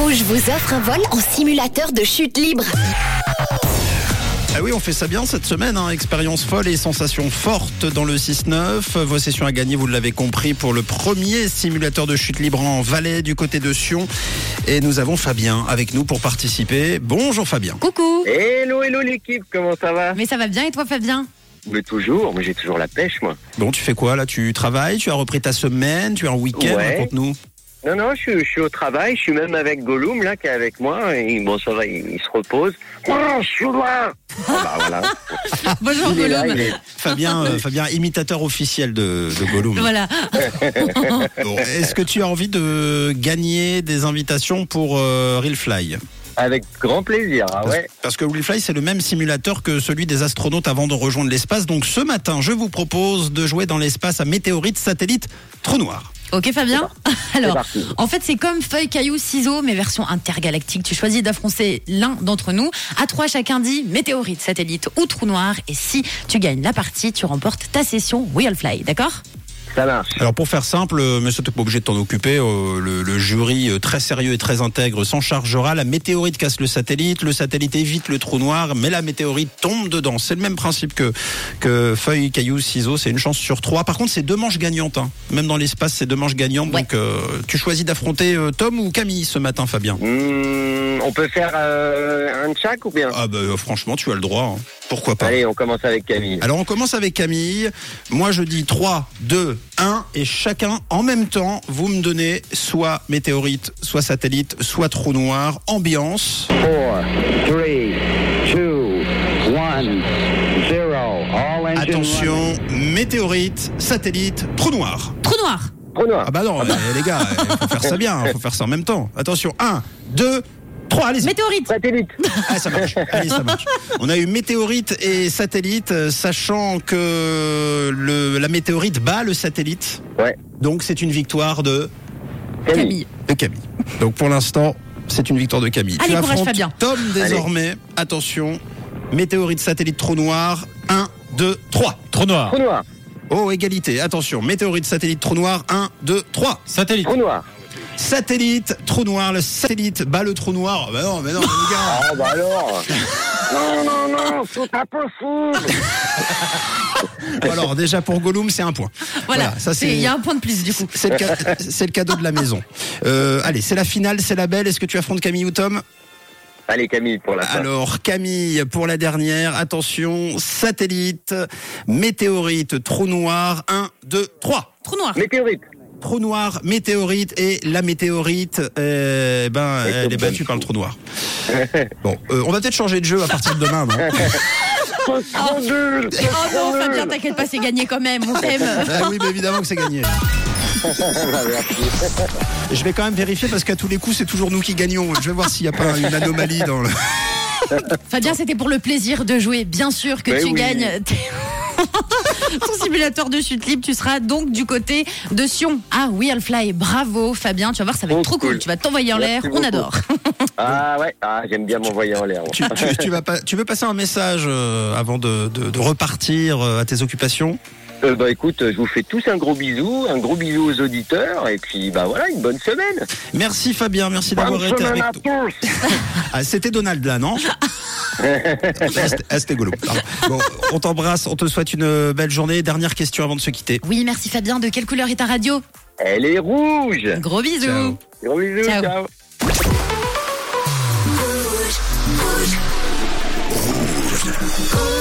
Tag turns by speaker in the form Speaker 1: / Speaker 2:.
Speaker 1: Rouge vous offre un vol en simulateur de chute libre.
Speaker 2: Ah oui, on fait ça bien cette semaine, hein. expérience folle et sensation forte dans le 6-9. Vos sessions à gagner, vous l'avez compris, pour le premier simulateur de chute libre en Valais du côté de Sion. Et nous avons Fabien avec nous pour participer. Bonjour Fabien.
Speaker 3: Coucou
Speaker 4: Hello, hello l'équipe, comment ça va
Speaker 3: Mais ça va bien et toi Fabien
Speaker 4: Mais toujours, mais j'ai toujours la pêche moi.
Speaker 2: Bon, tu fais quoi là Tu travailles Tu as repris ta semaine Tu as un week-end
Speaker 4: Ouais.
Speaker 2: Raconte-nous.
Speaker 4: Non, non, je, suis- je suis au travail, je suis même avec Gollum là qui est avec moi. Et bon, ça va, il, il se repose. Oh, je suis loin Ah, bah, voilà.
Speaker 3: Bonjour
Speaker 4: Il est là,
Speaker 3: Gollum
Speaker 4: il est-
Speaker 2: Fabien, euh, Fabien, imitateur officiel de, de Gollum.
Speaker 3: Voilà,
Speaker 2: Bon, Est-ce que tu as envie de gagner des invitations pour euh, Real Fly
Speaker 4: Avec grand plaisir, ah ouais.
Speaker 2: Parce que Willfly, c'est le même simulateur que celui des astronautes avant de rejoindre l'espace. Donc ce matin, je vous propose de jouer dans l'espace à météorites, satellites, trou noir.
Speaker 3: ok Fabien
Speaker 4: C'est
Speaker 3: Alors,
Speaker 4: parti.
Speaker 3: en fait c'est comme feuille, caillou, ciseaux, mais version intergalactique. Tu choisis d'affronter l'un d'entre nous. À trois chacun dit météorite, satellite ou trou noir. Et si tu gagnes la partie, tu remportes ta session We All Fly, d'accord
Speaker 4: Ça marche.
Speaker 2: Alors pour faire simple, euh, mais surtout pas obligé de t'en occuper, euh, le, le jury euh, très sérieux et très intègre s'en chargera. La météorite casse le satellite, le satellite évite le trou noir, mais la météorite tombe dedans. C'est le même principe que, que feuille, caillou, ciseaux, c'est une chance sur trois. Par contre, c'est deux manches gagnantes. hein. Même dans l'espace, c'est deux manches gagnantes.
Speaker 3: Ouais.
Speaker 2: Donc euh, tu choisis d'affronter euh, Tom ou Camille ce matin, Fabien
Speaker 4: Hmm, on peut faire euh, un tchac ou bien
Speaker 2: Ah bah euh, franchement, tu as le droit. hein. Pourquoi pas
Speaker 4: Allez, on commence avec Camille.
Speaker 2: Alors on commence avec Camille. Moi je dis 3, 2, 1 et chacun en même temps, vous me donnez soit météorite, soit satellite, soit trou noir, ambiance.
Speaker 5: 4, 3, 2, 1, 0. All engine
Speaker 2: Attention, météorite, satellite, trou noir.
Speaker 3: Trou noir
Speaker 4: Trou noir.
Speaker 2: Ah bah non, eh, les gars, eh, faut faire ça bien, faut faire ça en même temps. Attention, 1, 2, 3, allez-y.
Speaker 3: Météorite
Speaker 4: Satellite.
Speaker 2: Ah, ça marche. Allez, ça marche. On a eu météorite et satellite, euh, sachant que le, la météorite bat le satellite.
Speaker 4: Ouais.
Speaker 2: Donc c'est une victoire de,
Speaker 4: Camille.
Speaker 3: Camille
Speaker 2: de Camille. Donc pour l'instant, c'est une victoire de Camille.
Speaker 3: Allez,
Speaker 2: Tu
Speaker 3: courage,
Speaker 2: affrontes
Speaker 3: Fabien.
Speaker 2: Tom désormais. Attention. Météorite, satellite, trou noir. 1, 2, 3.
Speaker 6: Trou noir.
Speaker 4: Trou noir.
Speaker 2: Oh, égalité. Attention. Météorite, satellite, trou noir. 1, 2, 3.
Speaker 6: Satellite.
Speaker 4: Trou noir.
Speaker 2: Satellite, trou noir. Le satellite bat le trou noir. Bah non, mais non, les gars.
Speaker 4: Oh bah alors Non, non, non, c'est pas possible
Speaker 2: Alors déjà pour Gollum, c'est un point.
Speaker 3: Voilà,
Speaker 2: ça
Speaker 3: c'est-
Speaker 2: c'est.
Speaker 3: il y a un point de plus du coup.
Speaker 2: C'est le, ca- c'est le cadeau de la maison. Euh, allez, c'est la finale, c'est la belle. Est-ce que tu affrontes Camille ou Tom
Speaker 4: Allez Camille pour la fin.
Speaker 2: Alors, Camille, pour la dernière, attention, satellite, météorite, trou noir, 1, 2, 3.
Speaker 3: Trou noir
Speaker 4: Météorite.
Speaker 2: Trou noir, météorite et la météorite, euh, ben,
Speaker 4: Et
Speaker 2: elle est
Speaker 4: Tom
Speaker 2: battue
Speaker 4: Tom.
Speaker 2: par le trou noir. Bon, euh, on va peut-être changer de jeu à partir de demain. non
Speaker 4: Trop nul
Speaker 3: Oh non Fabien, t'inquiète pas, c'est gagné quand même, on t'aime
Speaker 2: Ah oui, mais évidemment que c'est gagné. Je vais quand même vérifier parce qu'à tous les coups, c'est toujours nous qui gagnons. Je vais voir s'il n'y a pas une anomalie dans le.
Speaker 3: Fabien, c'était pour le plaisir de jouer. Bien sûr que
Speaker 4: Mais
Speaker 3: tu
Speaker 4: Ben oui.
Speaker 3: gagnes tes- ton simulateur de chute libre. Tu seras donc du côté de Sion. Ah oui, I'll fly. Bravo, Fabien. Tu vas voir, ça va être
Speaker 4: Oh,
Speaker 3: trop cool.
Speaker 4: cool.
Speaker 3: Tu vas t'envoyer en l'air.
Speaker 4: Merci
Speaker 3: On
Speaker 4: beaucoup.
Speaker 3: adore.
Speaker 4: Ah ouais, ah, j'aime bien m'envoyer en l'air. moi.
Speaker 2: Tu, tu- tu vas pas, tu veux passer un message euh, avant de, de- de repartir euh, à tes occupations
Speaker 4: Euh, bah écoute, je vous fais tous un gros bisou, un gros bisou aux auditeurs, et puis bah voilà, une bonne semaine.
Speaker 2: Merci Fabien, merci d'avoir été avec nous.
Speaker 4: tous.
Speaker 2: Ah, c'était Donald là, non Ah, c'était- ah, C'était Gollum. Pardon. Bon, on t'embrasse, on te souhaite une belle journée. Dernière question avant de se quitter.
Speaker 3: Oui, merci Fabien. De quelle couleur est ta radio
Speaker 4: Elle est rouge.
Speaker 3: Gros bisous.
Speaker 2: Ciao.
Speaker 4: Gros bisous,
Speaker 3: Ciao.
Speaker 4: ciao.
Speaker 1: Rouge.